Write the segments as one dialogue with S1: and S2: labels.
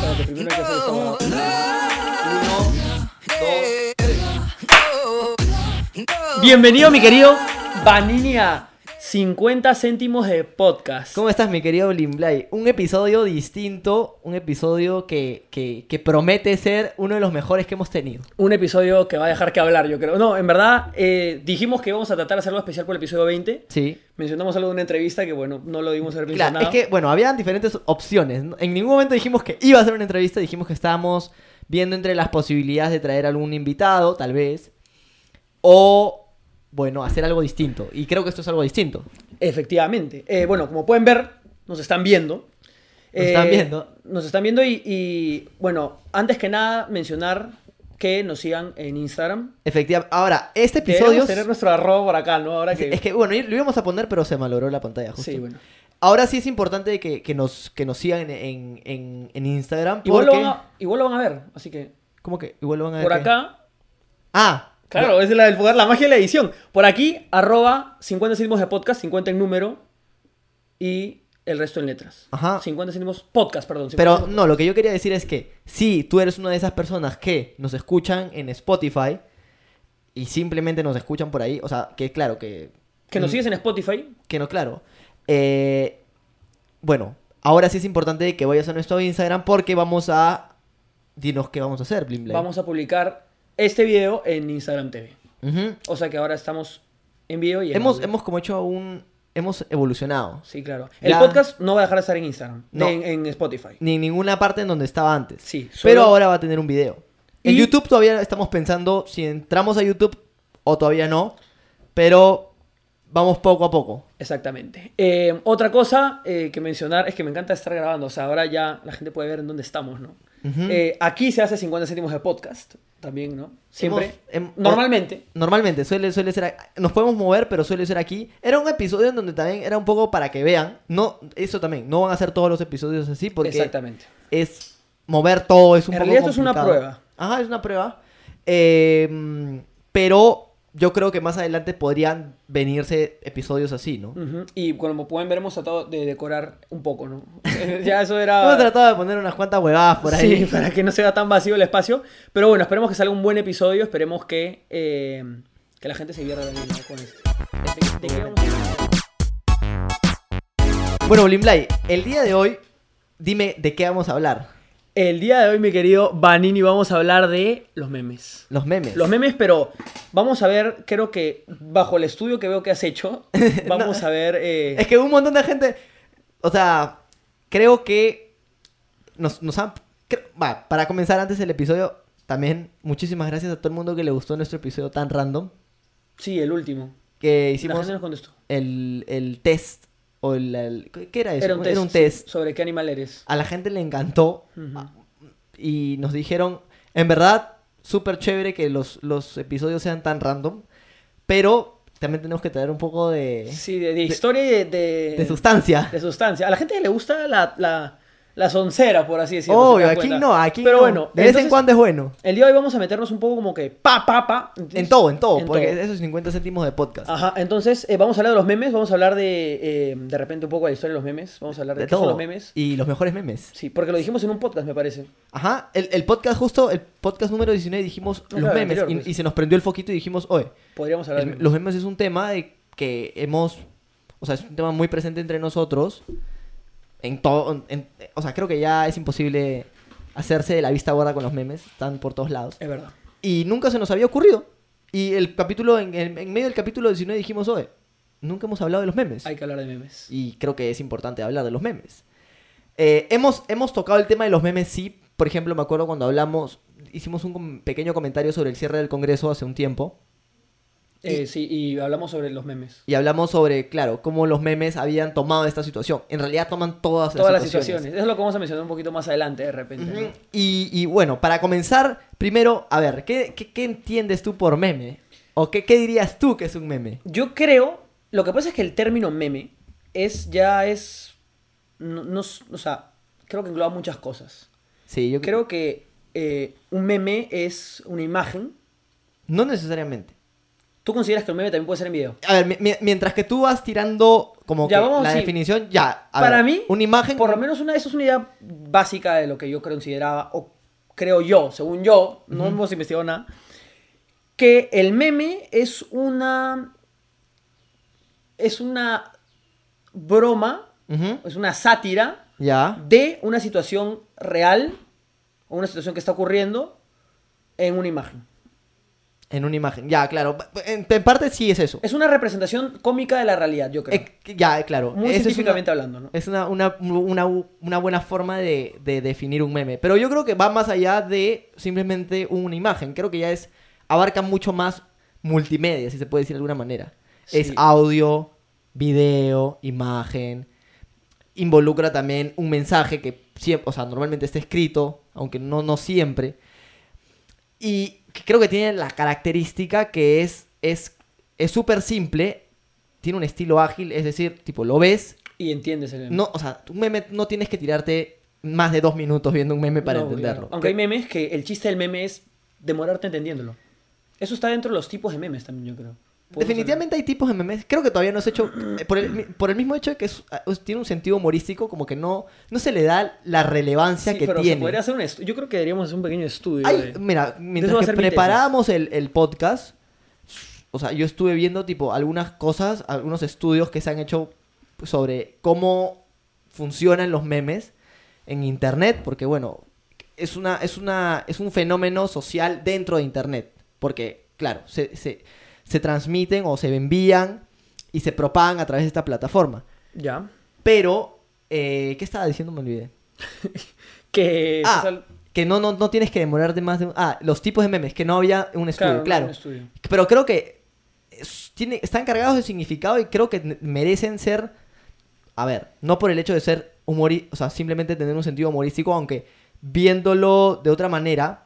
S1: La primera que hace es como-
S2: Bienvenido, mi querido Vanini a 50 céntimos de podcast.
S3: ¿Cómo estás, mi querido Blimblay? Un episodio distinto, un episodio que, que, que promete ser uno de los mejores que hemos tenido.
S2: Un episodio que va a dejar que hablar, yo creo. No, en verdad, eh, dijimos que íbamos a tratar de hacer algo especial por el episodio 20.
S3: Sí.
S2: Mencionamos algo de una entrevista que, bueno, no lo dimos haber
S3: Claro, es
S2: mencionado.
S3: que, bueno, habían diferentes opciones. ¿no? En ningún momento dijimos que iba a ser una entrevista, dijimos que estábamos viendo entre las posibilidades de traer algún invitado, tal vez, o, bueno, hacer algo distinto. Y creo que esto es algo distinto.
S2: Efectivamente. Eh, bueno, como pueden ver, nos están viendo. Eh,
S3: Nos están viendo.
S2: Nos están viendo y, y, bueno, antes que nada, mencionar que nos sigan en Instagram.
S3: Efectivamente. Ahora, este episodio...
S2: Debemos tener nuestro arroba por acá, ¿no? Ahora que...
S3: Es que, bueno, lo íbamos a poner, pero se malogró la pantalla, justo.
S2: sí, bueno.
S3: Ahora sí es importante que, que nos, que nos sigan en, en- en- en Instagram.
S2: Igual lo,
S3: porque-
S2: van a, igual lo van a ver, así que
S3: ¿Cómo que? Igual lo van a ver
S2: por
S3: qué?
S2: acá
S3: Ah,
S2: Claro, es la del poder, la magia de la edición. Por aquí, arroba 50 céntimos de podcast, 50 en número y el resto en letras.
S3: Ajá.
S2: 50 céntimos podcast, perdón. 50
S3: pero
S2: céntimos.
S3: no, lo que yo quería decir es que si tú eres una de esas personas que nos escuchan en Spotify y simplemente nos escuchan por ahí, o sea, que claro, que.
S2: Que nos
S3: mm,
S2: sigues en Spotify.
S3: Que no, claro. Eh, bueno, ahora sí es importante que vayas a nuestro Instagram porque vamos a. Dinos qué vamos a hacer, Blimblay.
S2: Vamos a publicar este video en Instagram TV.
S3: Ujú.
S2: O sea que ahora estamos en video y en
S3: hemos,
S2: audio.
S3: hemos como hecho un. Hemos evolucionado.
S2: Sí, claro. El
S3: Ya.
S2: podcast no va a dejar de estar en Instagram,
S3: No.
S2: en, en Spotify.
S3: ni en ninguna parte en donde estaba antes.
S2: Sí,
S3: Pero
S2: solo-
S3: ahora va a tener un video. En
S2: Y-
S3: YouTube todavía estamos pensando si entramos a YouTube o todavía no. Pero vamos poco a poco.
S2: Exactamente. Eh, otra cosa eh, que mencionar es que me encanta estar grabando. O sea, ahora ya la gente puede ver en dónde estamos, ¿no?
S3: Ujú.
S2: Eh, aquí se hace 50 céntimos de podcast también, ¿no? Siempre.
S3: Hemos- hem-
S2: Normalmente.
S3: Normalmente suele, suele ser... a- Nos podemos mover, pero suele ser aquí. Era un episodio en donde también era un poco para que vean. No, eso también. No van a ser todos los episodios así porque
S2: Exactamente.
S3: es mover todo. Es un
S2: En
S3: poco
S2: realidad esto es una
S3: complicado.
S2: prueba.
S3: Ajá, es una prueba. Eh, pero yo creo que más adelante podrían venirse episodios así, ¿no?
S2: Ujú. Y como pueden ver, hemos tratado de decorar un poco, ¿no? ya eso era.
S3: Hemos tratado de poner unas cuantas huevadas por ahí.
S2: Sí, para que no sea tan vacío el espacio. Pero bueno, esperemos que salga un buen episodio. Esperemos que, eh, que la gente se divierta también ¿no? con esto. ¿De- de qué vamos a-
S3: Bueno, Blimblay, el día de hoy, dime de qué vamos a hablar.
S2: El día de hoy, mi querido Vanini, vamos a hablar de los memes.
S3: Los memes.
S2: Los memes, pero vamos a ver, creo que bajo el estudio que veo que has hecho, vamos a ver... eh,
S3: Es que un montón de gente. O sea, creo que nos, nos han. cre- va, para comenzar antes el episodio, también muchísimas gracias a todo el mundo que le gustó nuestro episodio tan random.
S2: Sí, el último. La
S3: Que hicimos
S2: gente nos contestó.
S3: el, el test. O el, el- ¿Qué era eso?
S2: Era un test.
S3: test.
S2: Sobre qué animal eres.
S3: A la gente le encantó.
S2: Ujú.
S3: y nos dijeron, en verdad, súper chévere que los, los episodios sean tan random, pero también tenemos que traer un poco de,
S2: Sí, de, de historia y de... De,
S3: de sustancia.
S2: de sustancia. A la gente le gusta la, la, la soncera, por así decirlo.
S3: Obvio,
S2: si te das
S3: aquí
S2: cuenta.
S3: no, aquí
S2: Pero
S3: no.
S2: bueno,
S3: de vez en
S2: entonces,
S3: cuando es bueno.
S2: El día de hoy vamos a meternos un poco como que pa, pa, pa.
S3: En todo, en todo,
S2: en
S3: porque
S2: todo.
S3: esos 50 céntimos de podcast.
S2: Ajá, entonces eh, vamos a hablar de los memes, vamos a hablar de eh, de repente un poco de la historia de los memes, vamos a hablar de,
S3: de
S2: qué son
S3: todo.
S2: los memes.
S3: Y los mejores memes.
S2: Sí, porque lo dijimos en un podcast, me parece.
S3: Ajá, el, el podcast justo, el podcast número 19 dijimos
S2: No,
S3: los
S2: claro,
S3: memes
S2: anterior,
S3: y,
S2: pues.
S3: y se nos prendió el foquito y dijimos, oye,
S2: Podríamos hablar
S3: el-
S2: de memes.
S3: Eh, Em, los memes es un tema de que hemos, o sea, es un tema muy presente entre nosotros. En todo, en- o sea, creo que ya es imposible hacerse de la vista gorda con los memes, están por todos lados.
S2: Es verdad.
S3: Y nunca se nos había ocurrido. Y el capítulo, en, en- en medio del capítulo 19 dijimos, oye, nunca hemos hablado de los memes.
S2: Hay que hablar de memes.
S3: Y creo que es importante hablar de los memes. Eh, hemos, hemos tocado el tema de los memes, sí. Por ejemplo, me acuerdo cuando hablamos, hicimos un com- pequeño comentario sobre el cierre del Congreso hace un tiempo.
S2: Eh, sí, y hablamos sobre los memes.
S3: Y hablamos sobre, claro, cómo los memes habían tomado esta situación. En realidad toman todas,
S2: Todas las
S3: situaciones.
S2: situaciones. Eso es lo que vamos a mencionar un poquito más adelante de repente. ¿no?
S3: Ujú. y, y bueno, para comenzar, primero, a ver, ¿qué, qué, qué entiendes tú por meme? ¿O qué, qué dirías tú que es un meme?
S2: Yo creo, lo que pasa es que el término meme es ya es, no, no s- o sea, creo que engloba muchas cosas.
S3: Sí, yo
S2: Creo que eh, un meme es una imagen
S3: No necesariamente.
S2: ¿Tú consideras que el meme también puede ser en video?
S3: A ver, mi- mi- mientras que tú vas tirando como
S2: Ya,
S3: que
S2: vamos,
S3: la
S2: sí.
S3: definición, ya. a
S2: Para
S3: ver,
S2: mí,
S3: una imagen.
S2: Por lo menos una, eso es una idea básica de lo que yo consideraba, o creo yo, según yo, no hemos investigado nada, que el meme es una. es una broma,
S3: Ujú,
S2: es una sátira
S3: Ya.
S2: de una situación real o una situación que está ocurriendo en una imagen.
S3: En una imagen. Ya, claro. En, en parte sí es eso.
S2: Es una representación cómica de la realidad, yo creo.
S3: Eh, ya, claro.
S2: Muy
S3: Eso es una-
S2: científicamente hablando, ¿no?
S3: Es una, una, una, una buena forma de, de definir un meme. Pero yo creo que va más allá de simplemente una imagen. Creo que ya es. abarca mucho más multimedia, si se puede decir de alguna manera. Es
S2: Sí.
S3: audio, video, imagen. Involucra también un mensaje que siempre, o sea, normalmente está escrito, aunque no, no siempre. Y que creo que tiene la característica que es. es es súper simple, tiene un estilo ágil, es decir, tipo, lo ves,
S2: Y entiendes el meme.
S3: no, o sea, un meme no tienes que tirarte más de dos minutos viendo un meme para
S2: No,
S3: entenderlo.
S2: claro. Aunque hay memes que el chiste del meme es demorarte entendiéndolo. Eso está dentro de los tipos de memes también, yo creo. Podemos
S3: Definitivamente hay tipos de memes. Creo que todavía no has hecho. eh, Por el, por el mismo hecho de que es- ah, es- tiene un sentido humorístico, como que no, no se le da la relevancia
S2: hablar- Sí,
S3: que
S2: pero se
S3: tiene.
S2: podría hacer un estu- Yo creo que deberíamos hacer un pequeño estudio.
S3: Ay, mm.
S2: de-
S3: mira,
S2: va a
S3: mientras que
S2: ser mi tesis.
S3: preparábamos el, el podcast, o sea, yo estuve viendo tipo algunas cosas, algunos estudios que se han hecho sobre cómo funcionan los memes en internet, porque bueno, es una, es una, es un fenómeno social dentro de internet. Porque, claro, se, se, se transmiten o se envían y se propagan a través de esta plataforma.
S2: Ya.
S3: Pero, eh, ¿qué estaba diciendo? Me olvidé.
S2: Que.
S3: Ah,
S2: o sea,
S3: que no, no, no tienes que demorarte más de... un- Ah, los tipos de memes, que no había un estudio,
S2: claro,
S3: claro.
S2: un estudio.
S3: Pero creo que es- tiene, están cargados de significado y creo que n- merecen ser... A ver, no por el hecho de ser humori... O sea, simplemente tener un sentido humorístico, aunque viéndolo de otra manera,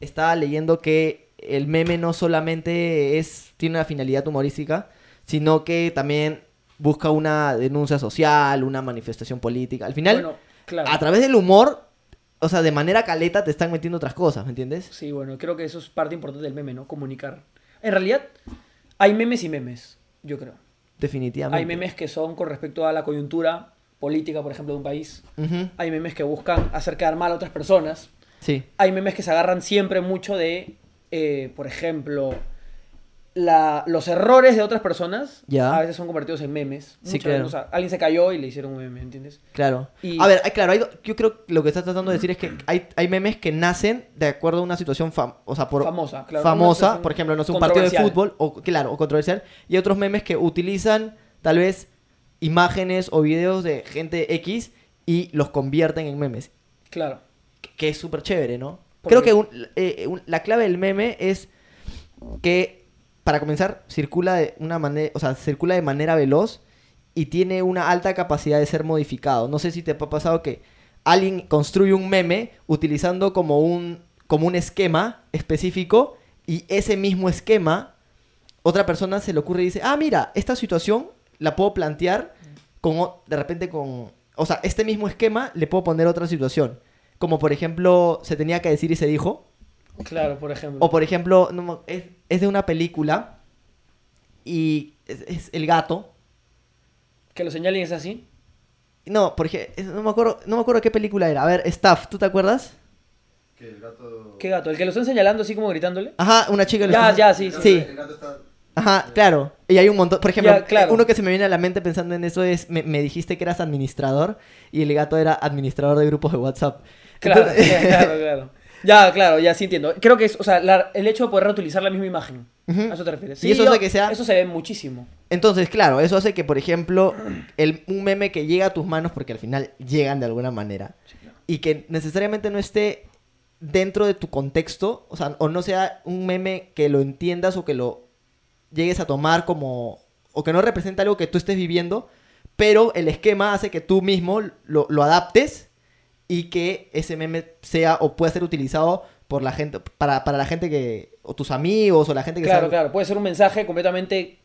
S3: estaba leyendo que el meme no solamente es tiene una finalidad humorística, sino que también busca una denuncia social, una manifestación política. Al final
S2: Bueno, claro.
S3: a través del humor, o sea, de manera caleta te están metiendo otras cosas, ¿me entiendes?
S2: Sí, bueno, creo que eso es parte importante del meme, ¿no? Comunicar. En realidad, hay memes y memes, yo creo.
S3: Definitivamente.
S2: Hay memes que son con respecto a la coyuntura política, por ejemplo, de un país.
S3: Ujú,
S2: Hay memes que buscan hacer quedar mal a otras personas.
S3: Sí.
S2: hay memes que se agarran siempre mucho de, eh, por ejemplo, la- los errores de otras personas
S3: Ya.
S2: a veces son convertidos en memes. Muchas
S3: Sí,
S2: veces,
S3: claro.
S2: o sea, alguien se cayó y le hicieron un meme, ¿entiendes?
S3: Claro.
S2: Y-
S3: A ver, hay- claro, hay do- yo creo que lo que estás tratando de decir es que hay, hay memes que nacen de acuerdo a una situación fam- o sea, por-
S2: Famosa, claro.
S3: famosa,
S2: Una situación
S3: por ejemplo, no sé, un partido de
S2: controversial.
S3: fútbol, o claro, o controversial, y otros memes que utilizan tal vez imágenes o videos de gente X y los convierten en memes.
S2: Claro.
S3: que- que es súper chévere, ¿no?
S2: Porque-
S3: Creo que un- eh, un- la clave del meme es que, para comenzar, circula de una manera, o sea, circula de manera veloz y tiene una alta capacidad de ser modificado. No sé si te ha pasado que alguien construye un meme utilizando como un, como un esquema específico y ese mismo esquema, otra persona se le ocurre y dice, ah, mira, esta situación la puedo plantear con, o- de repente con, o sea, este mismo esquema le puedo poner otra situación. Como por ejemplo, se tenía que decir y se dijo.
S2: Claro, por ejemplo.
S3: O por ejemplo, no me- es, es de una película y es, es el gato.
S2: Que lo señalen es así.
S3: No, porque no me acuerdo, no me acuerdo qué película era. A ver, Staff, ¿tú te acuerdas?
S1: Que el gato.
S2: ¿Qué gato? ¿El que lo están señalando así como gritándole?
S3: Ajá, una chica. le
S2: Ya,
S3: está-
S2: ya,
S1: El
S2: sí,
S1: gato-
S2: sí.
S3: Sí.
S1: El gato está.
S3: Ajá, claro. Y hay un montón. Por ejemplo,
S2: Ya, claro.
S3: uno que se me viene a la mente pensando en eso es, me, me dijiste que eras administrador y el gato era administrador de grupos de WhatsApp.
S2: Claro,
S3: Entonces-
S2: claro, claro. Ya, claro, ya sí entiendo. Creo que es, o sea, la- el hecho de poder reutilizar la misma imagen.
S3: Ujú.
S2: A eso te refieres.
S3: Y eso hace
S2: yo-
S3: que sea-
S2: Eso se ve muchísimo.
S3: Entonces, claro, eso hace que, por ejemplo, el, un meme que llega a tus manos, porque al final llegan de alguna manera, y que necesariamente no esté dentro de tu contexto, o sea, o no sea un meme que lo entiendas o que lo llegues a tomar como, o que no representa algo que tú estés viviendo, pero el esquema hace que tú mismo lo, lo adaptes y que ese meme sea o pueda ser utilizado por la gente, para, para la gente que, o tus amigos, o la gente que
S2: Claro,
S3: sabe-
S2: claro. Puede ser un mensaje completamente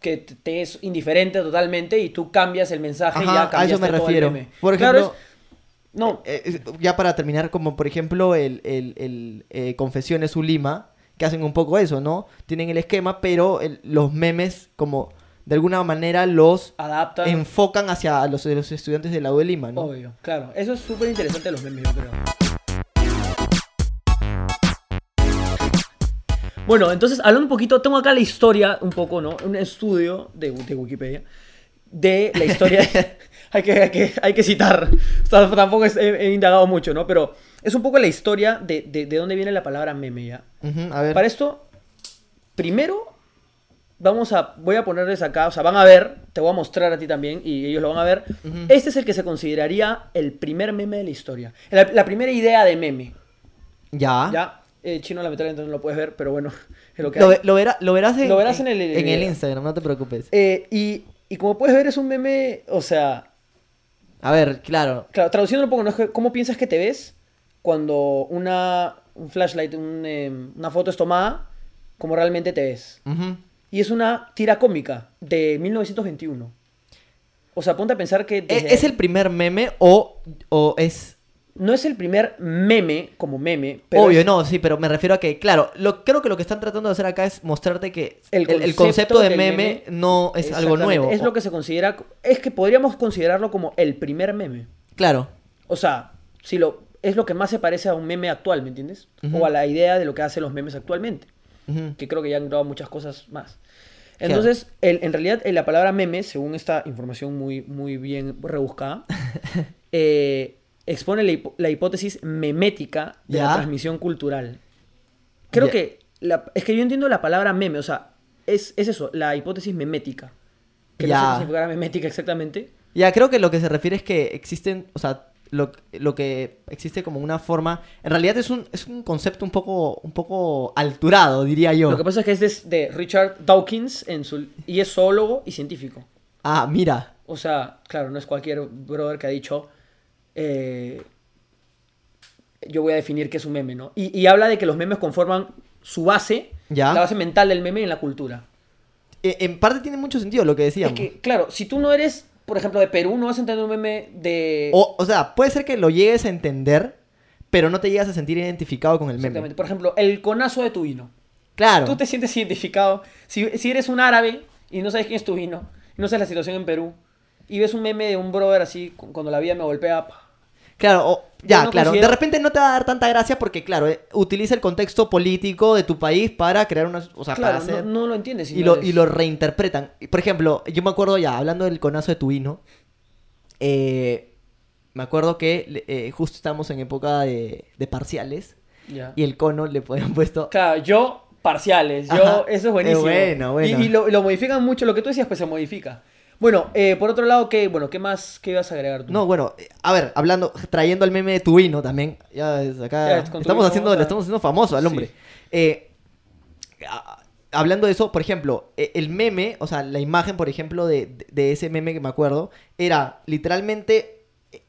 S2: que te- te es indiferente totalmente y tú cambias el mensaje y ya
S3: Ajá, a eso
S2: cambiaste
S3: me
S2: todo el
S3: refiero.
S2: meme.
S3: Por
S2: Claro,
S3: ejemplo,
S2: es- no,
S3: Eh, eh, ya para terminar, como por ejemplo el, el- el, eh, Confesiones Ulima, que hacen un poco eso, ¿no? Tienen el esquema, pero el- los memes como de alguna manera los
S2: Adaptan.
S3: enfocan hacia los, los estudiantes de la U de Lima, ¿no?
S2: Obvio, claro. Eso es súper interesante de los memes, yo creo. Bueno, entonces, hablando un poquito, tengo acá la historia, un poco, ¿no? Un estudio de, de Wikipedia, de la historia... hay, que, hay, que, hay que citar. O sea, tampoco es- he, he indagado mucho, ¿no? Pero es un poco la historia de, de, de dónde viene la palabra meme, ¿ya?
S3: Ujú, a ver.
S2: Para esto, primero vamos a, voy a ponerles acá, o sea, van a ver, te voy a mostrar a ti también y ellos lo van a ver.
S3: Ujú.
S2: Este es el que se consideraría el primer meme de la historia, la, la primera idea de meme.
S3: Ya.
S2: Ya, eh, chino lamentablemente no lo puedes ver, pero bueno, es lo que
S3: Ah. Lo,
S2: hay.
S3: ve- lo verá- lo verás en,
S2: Lo verás en el-
S3: en Instagram, no te preocupes.
S2: Eh, y, y como puedes ver es un meme, o sea,
S3: A ver, claro.
S2: claro, traduciendo un poco, ¿no? Es que, ¿cómo piensas que te ves cuando una, un flashlight, un, eh, una foto es tomada, cómo realmente te ves?
S3: Ujú.
S2: Y es una tira cómica de 1921. O sea, ponte a pensar que
S3: ¿E-
S2: desde-
S3: ¿Es el primer meme o, o es
S2: no es el primer meme como meme, pero
S3: Obvio,
S2: es-
S3: no, sí, pero me refiero a que, claro, lo, creo que lo que están tratando de hacer acá es mostrarte que
S2: El
S3: el, el
S2: concepto
S3: concepto de
S2: del
S3: meme,
S2: meme
S3: no es algo
S2: Exactamente,
S3: nuevo.
S2: Es lo que se considera es que podríamos considerarlo como el primer meme.
S3: Claro,
S2: O sea, si lo es lo que más se parece a un meme actual, ¿me entiendes?
S3: Ujú.
S2: O a la idea de lo que hacen los memes actualmente,
S3: ujú,
S2: que creo que ya han grabado muchas cosas más.
S3: Claro.
S2: Entonces, el- en realidad, eh, la palabra meme, según esta información muy, muy bien rebuscada, eh, expone la, hipo- la hipótesis memética de la
S3: Ya.
S2: transmisión cultural. Creo
S3: Ya.
S2: que la- es que yo entiendo la palabra meme, o sea, es, es eso, la hipótesis memética. Que no sé
S3: Ya.
S2: qué significará memética exactamente.
S3: Ya, creo que lo que se refiere es que existen, o sea, lo, lo que existe como una forma, en realidad es un, es un concepto un poco, un poco alturado, diría yo.
S2: Lo que pasa es que este es de Richard Dawkins en su, y es zoólogo y científico.
S3: Ah, mira,
S2: O sea, claro, no es cualquier brother que ha dicho, eh, yo voy a definir qué es un meme, ¿no? Y, y habla de que los memes conforman su base,
S3: Ya.
S2: la base mental del meme en la cultura.
S3: e- en parte tiene mucho sentido lo que
S2: Es
S3: decíamos.
S2: que, claro, si tú no eres, por ejemplo, de Perú, no vas a entender un meme de...
S3: o, o sea, puede ser que lo llegues a entender, pero no te llegas a sentir identificado con el
S2: Exactamente.
S3: meme.
S2: Por ejemplo, el conazo de tu vino.
S3: Claro.
S2: Tú te sientes identificado. Si, si eres un árabe y no sabes quién es tu vino, y no sabes la situación en Perú, y ves un meme de un brother así, cu- cuando la vida me golpea, pa,
S3: Claro, o- ya,
S2: Yo no
S3: claro.
S2: considero-
S3: De repente no te va a dar tanta gracia porque, claro, eh, utiliza el contexto político de tu país para crear una... O sea, para
S2: claro, no,
S3: hacer...
S2: no lo entiendes. si
S3: y,
S2: no
S3: lo,
S2: eres-
S3: y lo reinterpretan. Y, Por ejemplo, yo me acuerdo ya, hablando del conazo de tu vino, eh, me acuerdo que le- eh, justo estamos en época de, de parciales
S2: Ya.
S3: y el cono le podían puesto...
S2: Claro, yo parciales, yo,
S3: Ajá.
S2: eso es
S3: Eh,
S2: buenísimo.
S3: bueno, bueno.
S2: Y, y lo, lo modifican mucho, lo que tú decías, pues se modifica. Bueno, eh, por otro lado, ¿qué, bueno, ¿qué más qué ibas a agregar tú?
S3: No, bueno, eh, a ver, hablando, trayendo el meme de tu vino también. Ya es
S2: Ya,
S3: acá.
S2: es con tu
S3: estamos
S2: vino
S3: haciendo,
S2: vamos a-
S3: le estamos haciendo famoso al
S2: Sí.
S3: hombre. Eh, a- hablando de eso, por ejemplo, e- el meme, o sea, la imagen, por ejemplo, de, de- de ese meme que me acuerdo, era literalmente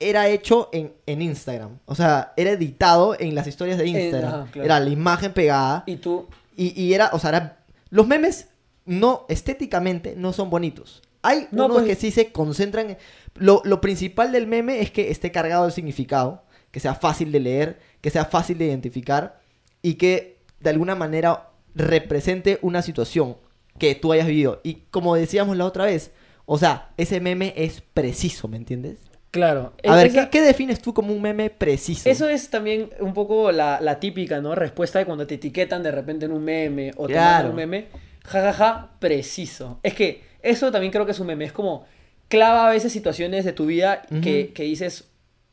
S3: era hecho en, en Instagram. O sea, era editado en las historias de
S2: En-
S3: Instagram.
S2: ajá, claro.
S3: Era la imagen pegada.
S2: Y tú,
S3: Y, y era, o sea, era- los memes no, estéticamente no son bonitos. Hay
S2: No,
S3: unos
S2: pues-
S3: que sí se concentran. en- Lo, lo principal del meme es que esté cargado de significado, que sea fácil de leer, que sea fácil de identificar y que de alguna manera represente una situación que tú hayas vivido. Y como decíamos la otra vez, o sea, ese meme es preciso, ¿me entiendes?
S2: claro.
S3: A ver,
S2: Eh, e- esa-
S3: ¿qué, qué defines tú como un meme preciso?
S2: Eso es también un poco la, la típica, ¿no? Respuesta de cuando te etiquetan de repente en un meme o te mandan
S3: Claro.
S2: un meme. Ja, ja, ja, preciso. Es que eso también creo que es un meme. Es como clava a veces situaciones de tu vida que,
S3: Ujú.
S2: que dices,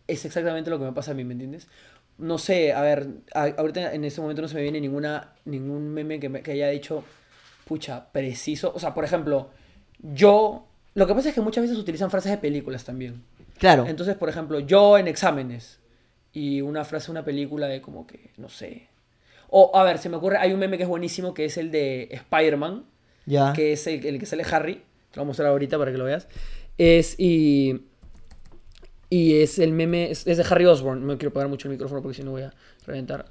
S2: es exactamente lo que me pasa a mí, ¿me entiendes? No sé, a ver, a- ahorita en este momento no se me viene ninguna, ningún meme que, me- que haya dicho, pucha, preciso. O sea, por ejemplo, yo... Lo que pasa es que muchas veces utilizan frases de películas también.
S3: Claro.
S2: Entonces, por ejemplo, yo en exámenes y una frase, una película de como que, no sé. O, a ver, se me ocurre, hay un meme que es buenísimo que es el de Spider-Man,
S3: ya.
S2: que es el, el que sale Harry. Te lo voy a mostrar ahorita para que lo veas. Es y. Y es el meme, es, es de Harry Osborn. No quiero pagar mucho el micrófono porque si no voy a reventar.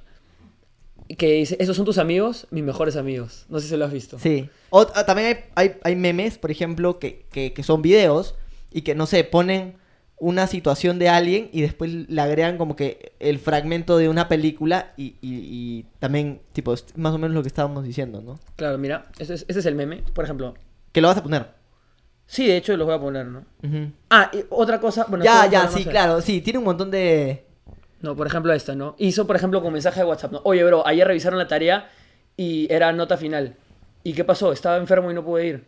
S2: Que dice: Esos son tus amigos, mis mejores amigos. No sé si lo has visto.
S3: Sí. O, ah, también hay, hay- hay memes, por ejemplo, que, que- que son videos y que, no sé, ponen una situación de alguien y después le agregan como que el fragmento de una película y, y- y también, tipo, es más o menos lo que estábamos diciendo, ¿no?
S2: Claro, mira, ese es, ese es el meme, por ejemplo.
S3: Que lo vas a poner.
S2: Sí, de hecho los voy a poner, ¿no?
S3: Ujú.
S2: Ah, y otra cosa, bueno,
S3: ya,
S2: esto-
S3: ya,
S2: no
S3: sí,
S2: sé.
S3: claro, sí, tiene un montón de...
S2: No, por ejemplo esta, ¿no? Hizo, por ejemplo, con mensaje de WhatsApp, ¿no? Oye, bro, ayer revisaron la tarea y era nota final. ¿Y qué pasó? Estaba enfermo y no pude ir.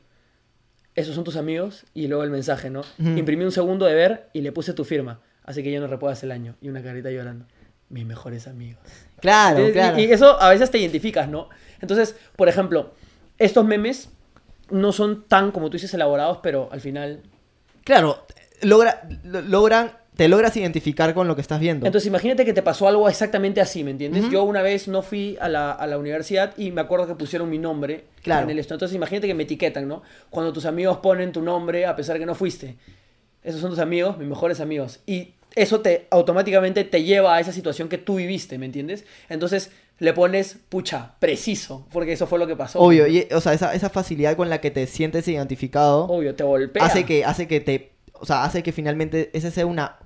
S2: Esos son tus amigos y luego el mensaje, ¿no?
S3: Ujú.
S2: Imprimí un segundo de ver y le puse tu firma. Así que ya no repuedas el año. Y una carita llorando. Mis mejores amigos.
S3: Claro,
S2: Y- y-
S3: claro.
S2: Y, eso a veces te identificas, ¿no? Entonces, por ejemplo, estos memes no son tan, como tú dices, elaborados, pero al final...
S3: Claro, logra, lo- logran, te logras identificar con lo que estás viendo.
S2: Entonces imagínate que te pasó algo exactamente así, ¿me entiendes? Yo una vez no fui a la, a la universidad y me acuerdo que pusieron mi nombre
S3: Claro.
S2: en el esto. Entonces imagínate que me etiquetan, ¿no? Cuando tus amigos ponen tu nombre a pesar que no fuiste. Esos son tus amigos, mis mejores amigos. Y eso te automáticamente te lleva a esa situación que tú viviste, ¿me entiendes? Entonces le pones, pucha, preciso, porque eso fue lo que pasó.
S3: Obvio, y, o sea, esa, esa facilidad con la que te sientes identificado
S2: Obvio, te golpea.
S3: hace que, hace que te, o sea, hace que finalmente ese sea una,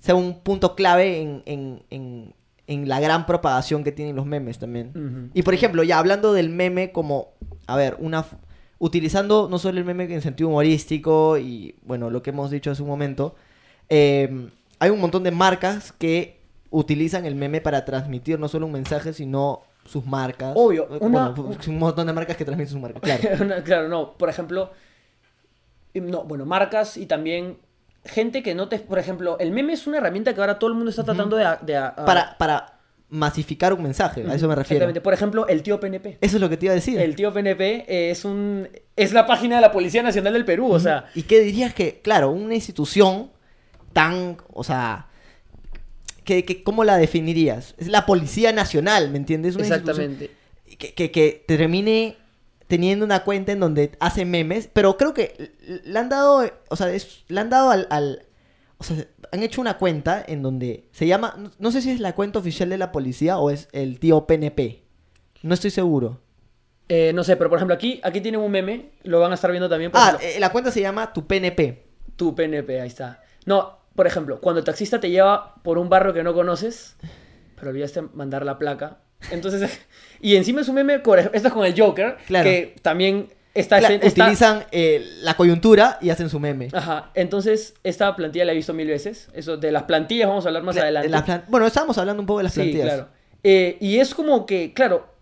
S3: sea un punto clave en, en- en- en la gran propagación que tienen los memes también.
S2: Ujú.
S3: Y por ejemplo, ya hablando del meme como, a ver, una, f- utilizando no solo el meme en sentido humorístico y, bueno, lo que hemos dicho hace un momento, eh, hay un montón de marcas que utilizan el meme para transmitir no solo un mensaje, sino sus marcas.
S2: Obvio,
S3: Bueno,
S2: una-
S3: un montón de marcas que transmiten sus marcas, claro.
S2: No, claro, no. Por ejemplo, y no, bueno, marcas y también gente que no te. Por ejemplo, el meme es una herramienta que ahora todo el mundo está tratando de. a- de a- a-
S3: para, para masificar un mensaje, a eso me refiero.
S2: Ah. Exactamente. Por ejemplo, el tío PNP.
S3: Eso es lo que te iba a decir.
S2: El tío PNP es un. Es la página de la Policía Nacional del Perú, o sea.
S3: ¿Y qué dirías que, claro, una institución tan, o sea, que, que- ¿cómo la definirías? Es la Policía Nacional, ¿me entiendes? Una institución
S2: Exactamente.
S3: que, que, que termine teniendo una cuenta en donde hace memes, pero creo que le han dado, o sea, es- le han dado al, al- o sea, han hecho una cuenta en donde se llama, no- no sé si es la cuenta oficial de la policía o es el tío PNP, no estoy seguro.
S2: Eh, no sé, pero por ejemplo, aquí, aquí tienen un meme, lo van a estar viendo también. Por
S3: Ah,
S2: ejemplo,
S3: eh, la cuenta se llama Tu PNP.
S2: tu PNP, ahí está. No, por ejemplo, cuando el taxista te lleva por un barrio que no conoces, pero olvidaste mandar la placa. Entonces, y encima es un meme, con- esto es con el Joker,
S3: Claro.
S2: que también está...
S3: Claro,
S2: está- Ah,
S3: utilizan eh, la coyuntura y hacen su meme.
S2: Ajá, entonces esta plantilla la he visto mil veces. Eso de las plantillas vamos a hablar más
S3: Cla-
S2: adelante.
S3: las plan- bueno, estábamos hablando un poco de las
S2: Sí,
S3: plantillas.
S2: claro. Eh, y es como que, claro,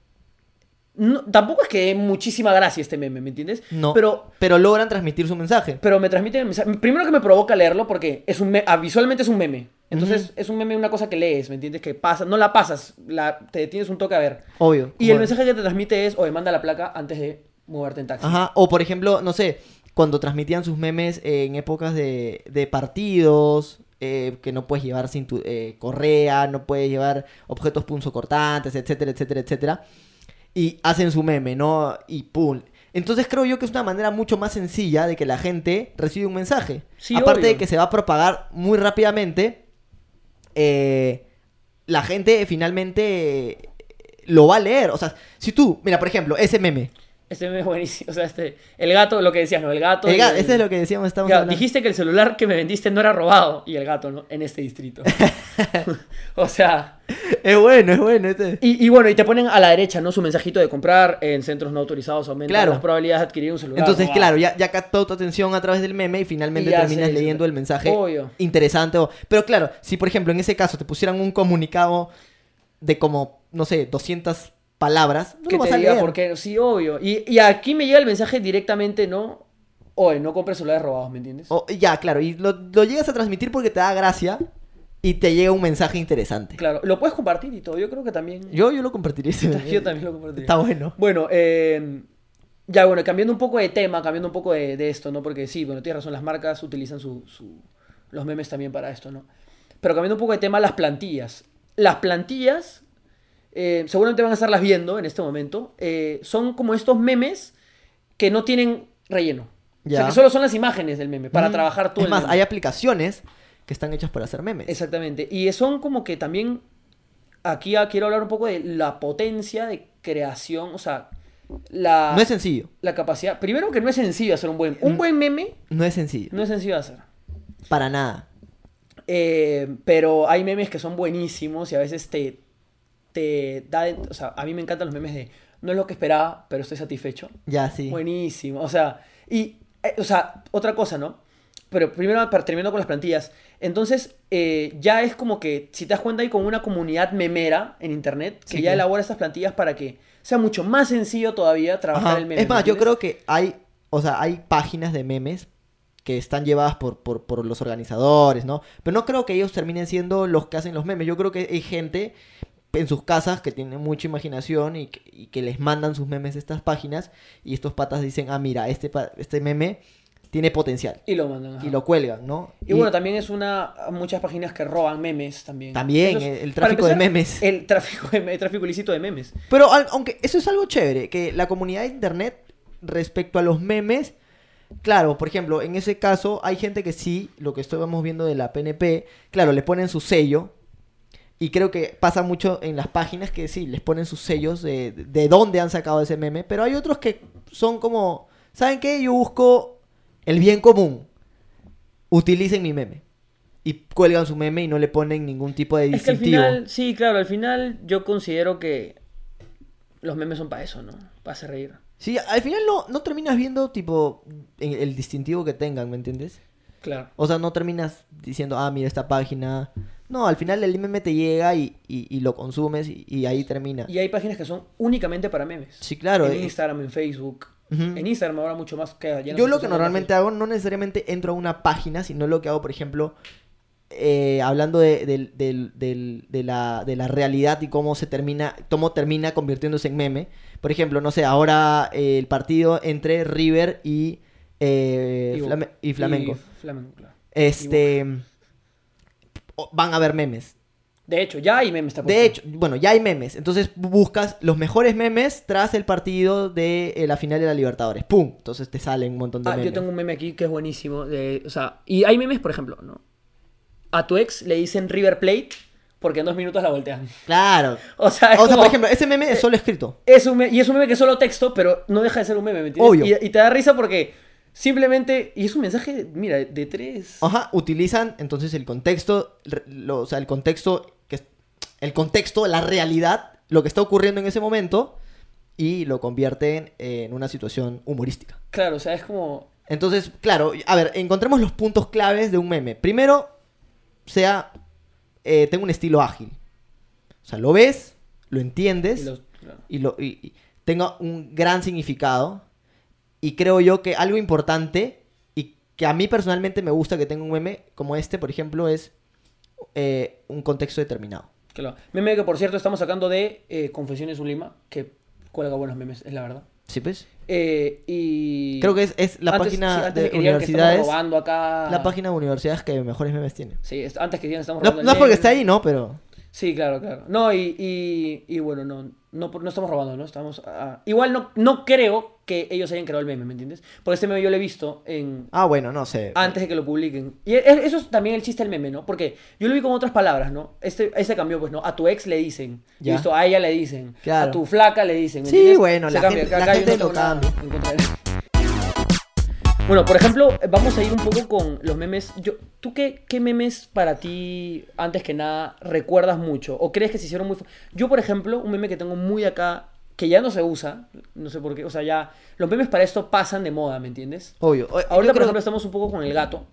S2: no- tampoco es que dé muchísima gracia este meme, ¿me entiendes?
S3: No,
S2: Pero
S3: pero, logran transmitir su mensaje.
S2: pero me transmite el mensaje. Primero que me provoca leerlo porque es un me- ah, visualmente es un meme. Entonces es un meme una cosa que lees, ¿me entiendes? Que pasa, no la pasas, la, te detienes un toque a ver.
S3: Obvio.
S2: Y el
S3: Bueno.
S2: mensaje que te transmite es, oye, manda la placa antes de moverte en taxi.
S3: Ajá. O por ejemplo, no sé, cuando transmitían sus memes eh, en épocas de, de partidos, eh, que no puedes llevar cintu- eh, correa, no puedes llevar objetos punzocortantes, etcétera, etcétera, etcétera. Y hacen su meme, ¿no? Y pum. Entonces creo yo que es una manera mucho más sencilla de que la gente recibe un mensaje.
S2: Sí,
S3: Aparte de
S2: obvio.
S3: que se va a propagar muy rápidamente, eh, la gente finalmente eh, lo va a leer. O sea, si tú, mira, por ejemplo, ese meme.
S2: Este meme es buenísimo. O sea, este, el gato, lo que decías, ¿no? El gato.
S3: El
S2: y
S3: ga-
S2: el-
S3: este es lo que decíamos, estamos
S2: Ya,
S3: hablando.
S2: dijiste que el celular que me vendiste no era robado. Y el gato, ¿no? En este distrito. o sea.
S3: Es bueno, es bueno. Este.
S2: Y, y bueno, y te ponen a la derecha, ¿no? Su mensajito de comprar en centros no autorizados aumenta
S3: Claro.
S2: las probabilidades de adquirir un celular.
S3: Entonces,
S2: robado.
S3: claro, ya, ya captó tu atención a través del meme y finalmente
S2: Y ya
S3: terminas
S2: se-
S3: leyendo el mensaje
S2: Obvio.
S3: interesante. o- Pero claro, si por ejemplo en ese caso te pusieran un comunicado de como, no sé, 200 palabras, no
S2: que
S3: lo vas
S2: te
S3: a
S2: diga
S3: leer.
S2: por qué. Sí, obvio. Y, y aquí me llega el mensaje directamente, ¿no? Oye, no compres celulares robados, ¿me entiendes?
S3: O- ya, claro, y lo, lo llegas a transmitir porque te da gracia y te llega un mensaje interesante.
S2: Claro. Lo puedes compartir y todo. Yo creo que también.
S3: Yo, yo lo compartiría. ese meme.
S2: Yo también lo compartiría.
S3: Está bueno.
S2: Bueno, eh, ya bueno, cambiando un poco de tema, cambiando un poco de, de esto, ¿no? Porque sí, bueno, tienes razón, las marcas utilizan su, su- los memes también para esto, ¿no? Pero cambiando un poco de tema, las plantillas. Las plantillas, eh, seguramente van a estarlas viendo en este momento, eh, son como estos memes que no tienen relleno. O sea,
S3: Ya.
S2: que solo son las imágenes del meme, para
S3: Mm.
S2: trabajar tú
S3: Es
S2: el
S3: más,
S2: meme.
S3: hay aplicaciones que están hechas para hacer memes.
S2: Exactamente. Y son como que también. Aquí ah, quiero hablar un poco de la potencia de creación. O sea, la,
S3: No es sencillo.
S2: la capacidad. Primero que no es sencillo hacer un buen. Un buen meme
S3: No es sencillo.
S2: no es sencillo de hacer.
S3: Para nada.
S2: Eh, pero hay memes que son buenísimos y a veces te, te da... O sea, a mí me encantan los memes de no es lo que esperaba, pero estoy satisfecho.
S3: Ya, sí.
S2: Buenísimo. O sea, y, eh, o sea, otra cosa, ¿no? Pero primero para- termino con las plantillas. Entonces, eh, ya es como que, si te das cuenta, hay como una comunidad memera en internet que
S3: Sí,
S2: ya
S3: claro.
S2: elabora estas plantillas para que sea mucho más sencillo todavía trabajar
S3: Ajá.
S2: el meme.
S3: es más,
S2: ¿me
S3: yo
S2: entiendes?
S3: creo que hay, o sea, hay páginas de memes que están llevadas por, por, por los organizadores, ¿no? Pero no creo que ellos terminen siendo los que hacen los memes. Yo creo que hay gente en sus casas que tiene mucha imaginación y que, y que les mandan sus memes a estas páginas y estos patas dicen, ah, mira, este, pa- este meme tiene potencial.
S2: Y lo mandan. ajá.
S3: Y lo cuelgan, ¿no?
S2: Y bueno, también es una. Muchas páginas que roban memes también.
S3: También,
S2: Eso es-
S3: el- el
S2: para
S3: tráfico de memes.
S2: El tráfico, de, el tráfico ilícito de memes.
S3: Pero al- aunque eso es algo chévere, que la comunidad de internet respecto a los memes, claro, por ejemplo, en ese caso hay gente que sí, lo que estábamos viendo de la PNP, claro, le ponen su sello. Y creo que pasa mucho en las páginas que sí, les ponen sus sellos de, de dónde han sacado ese meme, pero hay otros que son como, ¿saben qué? Yo busco el bien común. Utilicen mi meme. Y cuelgan su meme y no le ponen ningún tipo de
S2: Es que al
S3: distintivo.
S2: final, sí, claro, al final yo considero que los memes son para eso, ¿no? Para hacer reír.
S3: Sí, al final no, no terminas viendo, tipo, en- el distintivo que tengan, ¿me entiendes?
S2: Claro.
S3: O sea, no terminas diciendo, ah, mira esta página. No, al final el IMM te llega y, y- y lo consumes y, y ahí termina.
S2: Y hay páginas que son únicamente para memes.
S3: Sí, claro.
S2: En
S3: eh,
S2: Instagram, en Facebook.
S3: Ujú.
S2: En Instagram ahora mucho más que ya no
S3: Yo
S2: se
S3: lo
S2: usa
S3: que
S2: tanto
S3: normalmente hago, no necesariamente entro a una página, sino lo que hago, por ejemplo, eh, hablando de, del- del- del- de la, de la realidad y cómo se termina, cómo termina convirtiéndose en meme. Por ejemplo, no sé, ahora eh, el partido entre River y, eh,
S2: Facebook.
S3: Flame- y Flamengo.
S2: Y Flamengo, claro.
S3: Este. o- Van a haber memes.
S2: De hecho, ya pues hay memes tampoco.
S3: De hecho, bueno, ya hay memes. Entonces buscas los mejores memes tras el partido de eh, la final de la Libertadores. ¡Pum! Entonces te salen un montón de
S2: Ah,
S3: memes.
S2: yo tengo un meme aquí que es buenísimo. de- o sea, y hay memes, por ejemplo, ¿no? A tu ex le dicen River Plate porque en dos minutos la voltean.
S3: Claro.
S2: O sea, es
S3: O sea,
S2: como- eh,
S3: por ejemplo, ese meme es solo escrito.
S2: Es un me- y es un meme que es solo texto, pero no deja de ser un meme, ¿me entiendes?
S3: Obvio.
S2: Y, y te da risa porque simplemente. Y es un mensaje, mira, de, de tres.
S3: Ajá, utilizan entonces el contexto, re- lo- o sea, el contexto, que es- el contexto, la realidad, lo que está ocurriendo en ese momento y lo convierten en una situación humorística.
S2: Claro, o sea, es como.
S3: Entonces, claro, a ver, encontremos los puntos claves de un meme. Primero, sea, eh, tengo un estilo ágil. O sea, lo ves, lo entiendes
S2: y los- claro.
S3: y, lo, y- y tenga un gran significado. Y creo yo que algo importante y que a mí personalmente me gusta que tenga un meme como este, por ejemplo, es eh, un contexto determinado.
S2: Claro. Meme que por cierto estamos sacando de eh, Confesiones un Lima, que cuelga buenos memes, es la verdad.
S3: ¿Sí, pues?
S2: Eh, y.
S3: Creo que es, es la
S2: antes- sí,
S3: página
S2: antes
S3: de
S2: que digan que estamos
S3: universidades.
S2: robando acá.
S3: La página de universidades que mejores memes tiene.
S2: Sí, es- antes que digan que estamos
S3: No,
S2: robando. el
S3: no es porque
S2: meme.
S3: esté ahí, no, pero...
S2: Sí, claro, claro. No, y, y, y bueno, no, no, no estamos robando, ¿no? Estamos. ah, igual no, no creo que ellos hayan creado el meme, ¿me entiendes? Porque este meme yo lo he visto en,
S3: Ah, bueno, no sé.
S2: antes de que lo publiquen. Y e- e- eso es también el chiste del meme, ¿no? Porque yo lo vi con otras palabras, ¿no? Este, este cambió, pues, ¿no? A tu ex le dicen.
S3: Ya.
S2: Listo, a ella le dicen.
S3: Claro.
S2: A tu flaca le dicen. ¿me
S3: Sí,
S2: entiendes?
S3: bueno, la gente- la
S2: yo
S3: gente
S2: no
S3: lo
S2: tengo nada
S3: cambia.
S2: en contra de- Bueno, por ejemplo, vamos a ir un poco con los memes. Yo, ¿Tú qué, qué memes para ti, antes que nada, recuerdas mucho? ¿O crees que se hicieron muy... fa- Yo, por ejemplo, un meme que tengo muy acá, que ya no se usa, no sé por qué, o sea, ya... Los memes para esto pasan de moda, ¿me entiendes?
S3: Obvio. O- yo
S2: Ahorita, por
S3: creo-
S2: ejemplo, estamos un poco con el gato.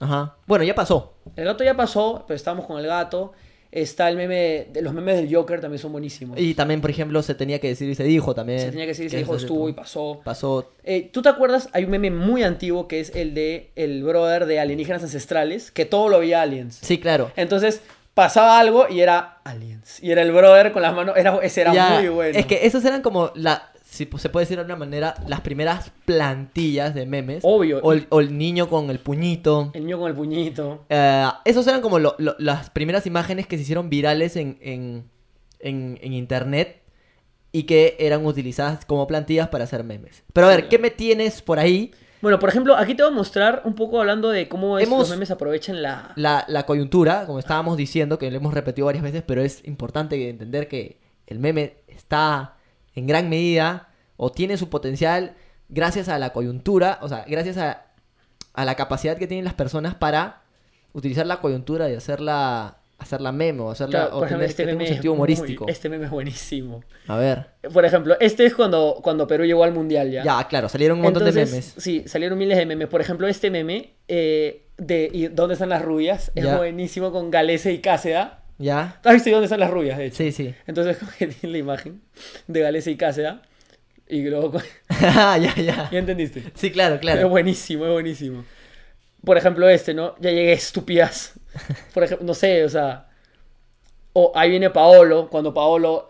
S3: Ajá. Bueno, ya pasó.
S2: El gato ya pasó, pero estamos con el gato. Está el meme, de, los memes del Joker también son buenísimos.
S3: Y también, por ejemplo, se tenía que decir y se dijo también.
S2: se tenía que decir, se
S3: Que
S2: dijo,
S3: eso
S2: estuvo
S3: se-
S2: y pasó.
S3: Pasó.
S2: Eh, ¿Tú te acuerdas? Hay un meme muy antiguo que es el de el brother de alienígenas ancestrales, que todo lo veía aliens.
S3: Sí, claro.
S2: Entonces pasaba algo y era aliens. Y era el brother con las manos, era, ese era
S3: Ya,
S2: muy bueno.
S3: Es que esos eran como la, si se puede decir de alguna manera, las primeras plantillas de memes.
S2: Obvio.
S3: O el, o el niño con el puñito.
S2: El niño con el puñito.
S3: Eh, esos eran como lo- lo- las primeras imágenes que se hicieron virales en, en, en- en internet y que eran utilizadas como plantillas para hacer memes. Pero a ver, ¿qué me tienes por ahí?
S2: Bueno, por ejemplo, aquí te voy a mostrar un poco hablando de cómo es,
S3: Hemos-
S2: los memes aprovechan la...
S3: la, la coyuntura, como estábamos diciendo, que lo hemos repetido varias veces, pero es importante entender que el meme está en gran medida o tiene su potencial gracias a la coyuntura, o sea, gracias a, a la capacidad que tienen las personas para utilizar la coyuntura y hacerla, hacerla meme o hacerla
S2: Claro,
S3: o
S2: por ejemplo,
S3: tener,
S2: este
S3: tener
S2: meme
S3: un
S2: es
S3: sentido
S2: muy-
S3: humorístico.
S2: este meme es buenísimo.
S3: A ver.
S2: Por ejemplo, este es cuando, cuando Perú llegó al Mundial ya.
S3: Ya, claro, salieron un montón
S2: Entonces,
S3: de memes.
S2: Sí, salieron miles de memes. Por ejemplo, este meme eh, de ¿Y dónde están las rubias? Es
S3: Ya.
S2: buenísimo con Galese y Cáceda.
S3: ¿Ya?
S2: ¿Tú has visto ¿Y dónde están las rubias, de hecho?
S3: Sí, sí.
S2: Entonces, como que tiene la imagen de Galese y Cáceda. Y luego... con-
S3: ya, ya.
S2: ¿Ya entendiste?
S3: Sí, claro,
S2: Es
S3: claro.
S2: buenísimo, es buenísimo. Por ejemplo, este, ¿no? Ya llegué estúpidas. Por ejemplo, no sé, o sea. O ahí viene Paolo, cuando Paolo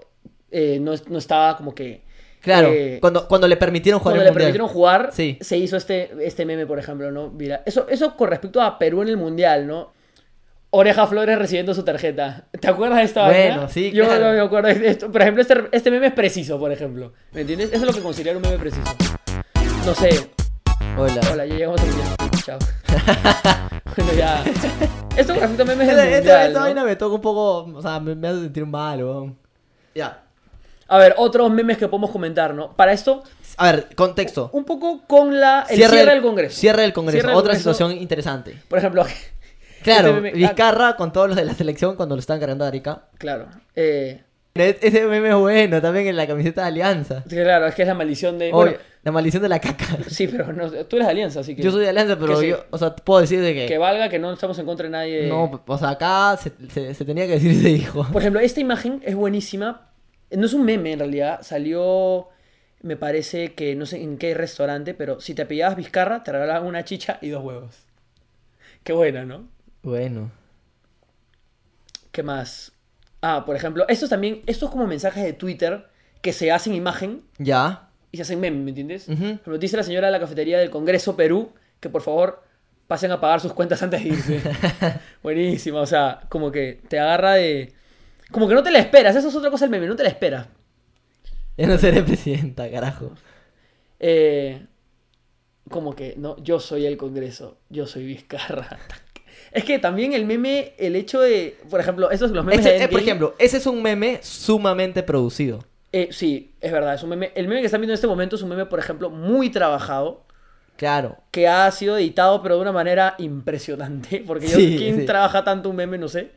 S2: eh, no, no estaba como que.
S3: Claro,
S2: eh,
S3: cuando, cuando le permitieron jugar
S2: cuando
S3: el
S2: le
S3: mundial.
S2: permitieron jugar,
S3: Sí.
S2: se hizo este, este meme, por ejemplo, ¿no? Mira, eso, eso con respecto a Perú en el Mundial, ¿no? Oreja Flores recibiendo su tarjeta. ¿Te acuerdas de esta
S3: Bueno,
S2: vaina?
S3: sí,
S2: Yo
S3: claro.
S2: no me acuerdo de esto. Por ejemplo, este, este meme es preciso, por ejemplo. ¿Me entiendes? Eso es lo que considero un meme preciso. No sé,
S3: Hola.
S2: Hola, ya llegamos al mundial. Chao. bueno, ya. Esto con respecto a memes del
S3: Esta, esta-
S2: mundial,
S3: esta
S2: ¿no?
S3: vaina me toca un poco. O sea, me, me hace sentir mal, weón. Ya.
S2: A ver, otros memes que podemos comentar, ¿no? Para esto,
S3: A ver, contexto.
S2: un poco con la, el cierre, del Congreso.
S3: Cierre del Congreso.
S2: Cierre del
S3: Otra
S2: Congreso.
S3: situación interesante.
S2: Por ejemplo,
S3: Claro,
S2: Este meme- ah,
S3: Vizcarra con todos los de la selección cuando lo estaban cargando a Arica.
S2: claro. eh,
S3: E- Ese meme es bueno, también en la camiseta de Alianza.
S2: sí, claro, es que es la maldición de...
S3: Obvio,
S2: Bueno,
S3: la maldición de la caca.
S2: sí, pero no, tú eres de Alianza, así que...
S3: Yo soy de Alianza, pero
S2: que sí.
S3: yo, o sea, puedo decir de que...
S2: Que valga que no estamos en contra de nadie.
S3: No, o sea, acá se, se- se tenía que decir ese hijo.
S2: Por ejemplo, esta imagen es buenísima. No es un meme en realidad. Salió, me parece que no sé en qué restaurante, pero si te pillabas Vizcarra, te regalaban una chicha y dos huevos. Qué buena, ¿no?
S3: Bueno.
S2: ¿Qué más? Ah, por ejemplo, estos también, estos como mensajes de Twitter que se hacen imagen
S3: Ya.
S2: y se hacen meme, ¿me entiendes?
S3: Ujú.
S2: Por ejemplo, dice la señora de la cafetería del Congreso Perú que por favor pasen a pagar sus cuentas antes de irse. Buenísima, o sea, como que te agarra de... Como que no te la esperas, eso es otra cosa el meme, no te la esperas.
S3: Ya no seré presidenta, carajo.
S2: Eh, como que, no, yo soy el Congreso, yo soy Vizcarra. Es que también el meme, el hecho de, por ejemplo, esos los memes
S3: Ese-
S2: de
S3: eh, por
S2: Endgame,
S3: ejemplo, ese es un meme sumamente producido.
S2: eh, sí, es verdad, es un meme. El meme que están viendo en este momento es un meme, por ejemplo, muy trabajado,
S3: Claro.
S2: que ha sido editado, pero de una manera impresionante. Porque yo,
S3: Sí,
S2: ¿quién
S3: sí.
S2: trabaja tanto un meme? No sé.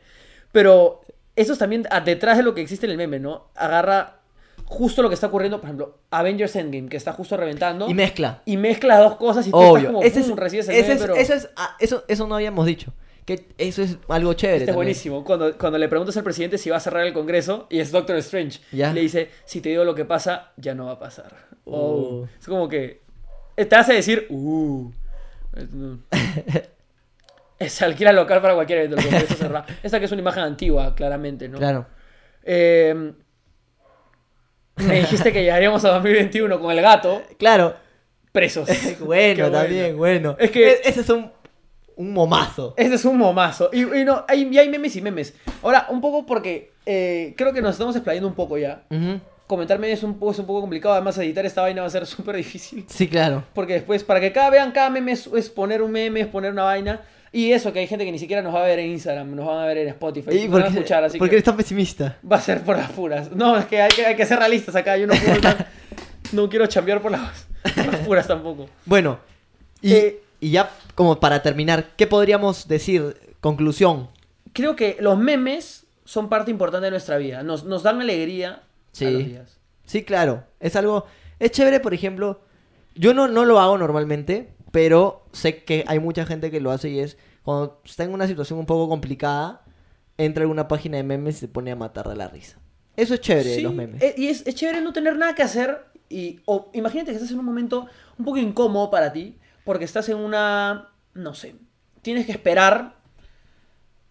S2: Pero eso es también ah, detrás de lo que existe en el meme, ¿no? Agarra justo lo que está ocurriendo, por ejemplo, Avengers Endgame, que está justo reventando.
S3: Y mezcla.
S2: y mezcla dos cosas y tú estás
S3: Obvio.
S2: como
S3: Ese
S2: "Bum,
S3: es-
S2: recibes el
S3: ese
S2: meme",
S3: es-
S2: pero este
S3: eso, es- ah, eso, eso no habíamos dicho. Que eso es algo chévere.
S2: este es
S3: también.
S2: buenísimo. Cuando, cuando le preguntas al presidente si va a cerrar el Congreso y es Doctor Strange,
S3: Ya.
S2: le dice, si te digo lo que pasa, ya no va a pasar. Oh.
S3: Uh.
S2: Es como que eh, te hace decir, uh. Es- no. Se alquila local para cualquier evento. El Congreso cerrado. Esta que es una imagen antigua, claramente, ¿no?
S3: Claro.
S2: Eh, me dijiste que llegaríamos a 2021 con el gato
S3: Claro.
S2: presos. Qué
S3: Bueno, también, bueno.
S2: Es que-
S3: E- ese es un, un momazo.
S2: Este es un momazo. Y, y no, hay, y hay memes y memes. Ahora, un poco porque eh, creo que nos estamos explayando un poco ya.
S3: Ujú.
S2: Comentar memes es un poco, es un poco complicado. Además, editar esta vaina va a ser súper difícil.
S3: Sí, claro.
S2: Porque después, para que cada vean cada meme, es, es poner un meme, es poner una vaina. Y eso, que hay gente que ni siquiera nos va a ver en Instagram, nos van a ver en Spotify,
S3: ¿Y
S2: nos
S3: por
S2: van a
S3: qué,
S2: escuchar, así
S3: por qué
S2: que
S3: eres tan pesimista?
S2: va a ser por las puras. No, es que hay que, hay que ser realistas acá. Yo no puedo estar- no quiero chambear por las, por las puras tampoco.
S3: Bueno, y,
S2: Eh,
S3: y ya como para terminar, ¿qué podríamos decir? Conclusión.
S2: creo que los memes son parte importante de nuestra vida. Nos, nos dan alegría a
S3: Sí.
S2: los días.
S3: Sí, claro. Es algo. Es chévere, por ejemplo. Yo no, no lo hago normalmente, pero sé que hay mucha gente que lo hace y es cuando está en una situación un poco complicada, entra a alguna página de memes y se pone a matar de la risa. Eso es chévere de
S2: Sí,
S3: los memes.
S2: eh, y es, es chévere no tener nada que hacer. Y, o imagínate que estás en un momento un poco incómodo para ti, porque estás en una. No sé. Tienes que esperar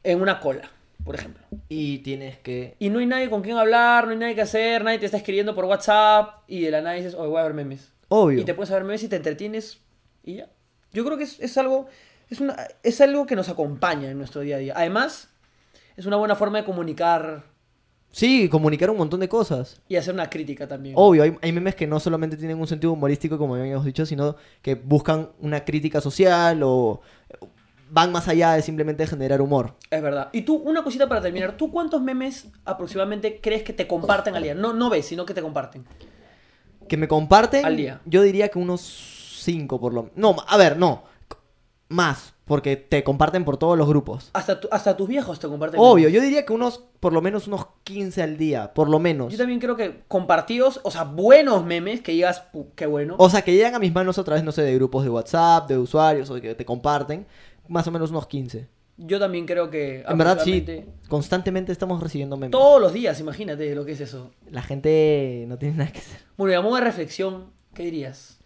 S2: en una cola, por ejemplo.
S3: Y tienes que.
S2: Y no hay nadie con quien hablar, no hay nadie que hacer, nadie te está escribiendo por WhatsApp. Y de la nada dices, hoy voy a ver memes.
S3: Obvio.
S2: Y te puedes ver memes y te entretienes y ya. Yo creo que es, es algo. Es, una, es algo que nos acompaña en nuestro día a día. Además, es una buena forma de comunicar
S3: Sí, comunicar un montón de cosas.
S2: y hacer una crítica también.
S3: Obvio, hay, hay memes que no solamente tienen un sentido humorístico, como habíamos dicho, sino que buscan una crítica social o van más allá de simplemente generar humor.
S2: Es verdad. Y tú, una cosita para terminar. ¿Tú cuántos memes aproximadamente crees que te comparten al día? No, no ves, sino que te comparten.
S3: que me comparten,
S2: Al día.
S3: yo diría que unos 5 por lo menos. No, a ver, no. C- Más. porque te comparten por todos los grupos.
S2: Hasta, tu- hasta tus viejos te comparten.
S3: Obvio, yo diría que unos, por lo menos unos 15 al día, por lo menos.
S2: Yo también creo que compartidos, o sea, buenos memes que digas, "Pu, qué bueno.
S3: O sea, que llegan a mis manos a través, no sé, de grupos de WhatsApp, de usuarios, o que te comparten, más o menos unos 15.
S2: Yo también creo que.
S3: En verdad, sí,
S2: aproximadamente-
S3: constantemente estamos recibiendo memes.
S2: Todos los días, imagínate lo que es eso.
S3: La gente no tiene nada que hacer.
S2: Bueno, y a modo de reflexión, ¿qué dirías?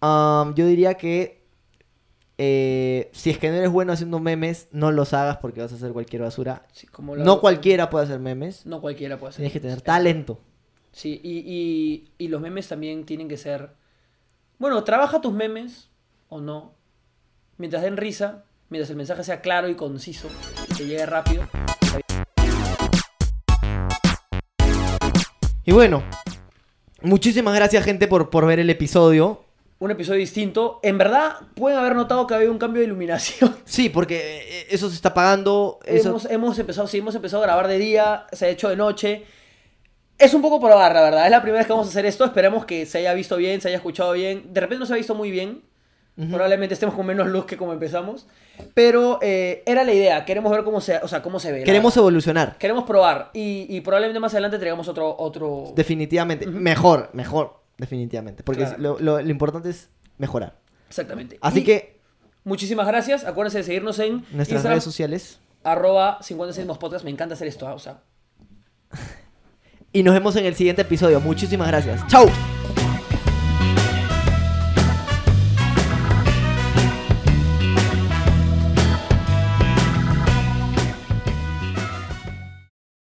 S3: Am, Um, yo diría que eh, si es que no eres bueno haciendo memes, no los hagas porque vas a hacer cualquier basura.
S2: Sí, como lo-
S3: No cualquiera puede hacer memes.
S2: No cualquiera puede hacer.
S3: Tienes que tener talento.
S2: Sí, y, y- y los memes también tienen que ser. Bueno, trabaja tus memes o no. Mientras den risa, mientras el mensaje sea claro y conciso y te llegue rápido.
S3: Y bueno, muchísimas gracias gente por, por ver el episodio.
S2: Un episodio distinto. En verdad, pueden haber notado que había un cambio de iluminación.
S3: Sí, porque eh, eso se está pagando. Eso...
S2: Hemos, hemos empezado, sí, hemos empezado a grabar de día, se ha hecho de noche. Es un poco probar, la verdad. Es la primera vez que vamos a hacer esto. Esperemos que se haya visto bien, se haya escuchado bien. De repente no se ha visto muy bien.
S3: Ujú.
S2: Probablemente estemos con menos luz que como empezamos. Pero eh, era la idea. Queremos ver cómo se, o sea, cómo se ve. la
S3: Queremos
S2: verdad.
S3: evolucionar.
S2: Queremos probar. Y, y probablemente más adelante traigamos otro. otro...
S3: Definitivamente. Mejor, mejor. Definitivamente. Porque
S2: Claro.
S3: lo, lo- lo importante es mejorar.
S2: Exactamente.
S3: Así
S2: Y
S3: que
S2: Muchísimas gracias. Acuérdense de seguirnos en
S3: nuestras
S2: Instagram,
S3: redes sociales.
S2: arroba 56 podcast. Me encanta hacer esto. ah, O sea,
S3: Y nos vemos en el siguiente episodio. Muchísimas gracias. ¡Chao!